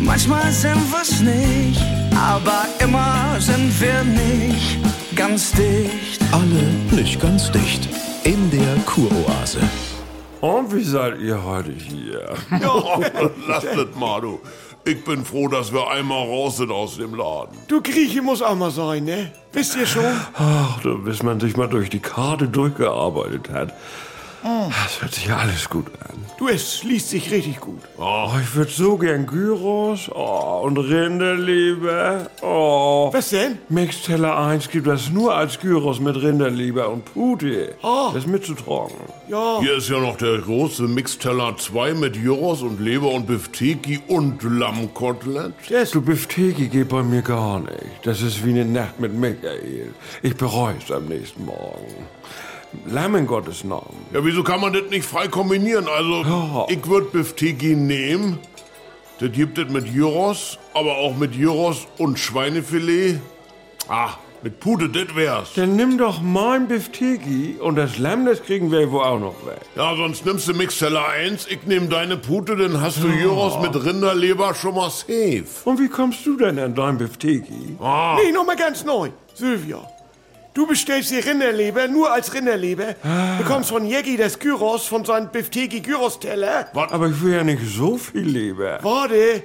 Manchmal sind wir's nicht, aber immer sind wir nicht ganz dicht. Alle nicht ganz dicht. In der Kuroase. Und wie seid ihr heute hier? Ja, lass das mal, du. Ich bin froh, dass wir einmal raus sind aus dem Laden. Du Grieche muss auch mal sein, ne? Wisst ihr schon? Ach, du, bis man sich mal durch die Karte durchgearbeitet hat. Mm. Das hört sich ja alles gut an. Du, es liest sich richtig gut. Ah. Oh, ich würde so gern Gyros oh, und Rinderleber. Oh. Was denn? Mix Teller 1 gibt das nur als Gyros mit Rinderleber und Pute. Ah. Oh. Das ist mitzutragen. Ja. Hier ist ja noch der große Mixteller 2 mit Gyros und Leber und Bifteki und Lammkotelett. Du Bifteki geht bei mir gar nicht. Das ist wie eine Nacht mit Michael. Ich bereue es am nächsten Morgen. Lamm in Gottes Namen. Ja, wieso kann man das nicht frei kombinieren? Also, Ja. ich würde Bifteki nehmen. Das gibt es mit Gyros, aber auch mit Gyros und Schweinefilet. Ah, mit Pute, das wär's. Dann nimm doch mein Bifteki und das Lamm, das kriegen wir wohl auch noch weg. Ja, sonst nimmst du Mixteller 1, ich nehme deine Pute, dann hast du Gyros mit Rinderleber schon mal safe. Und wie kommst du denn an dein Bifteki? Ah, Nee, nochmal ganz neu. Sylvia. Du bestellst die Rinderleber nur als Rinderleber, Ah. bekommst von Jeggi das Gyros von seinem Bifteki Gyros-Teller. Aber ich will ja nicht so viel Leber. Warte,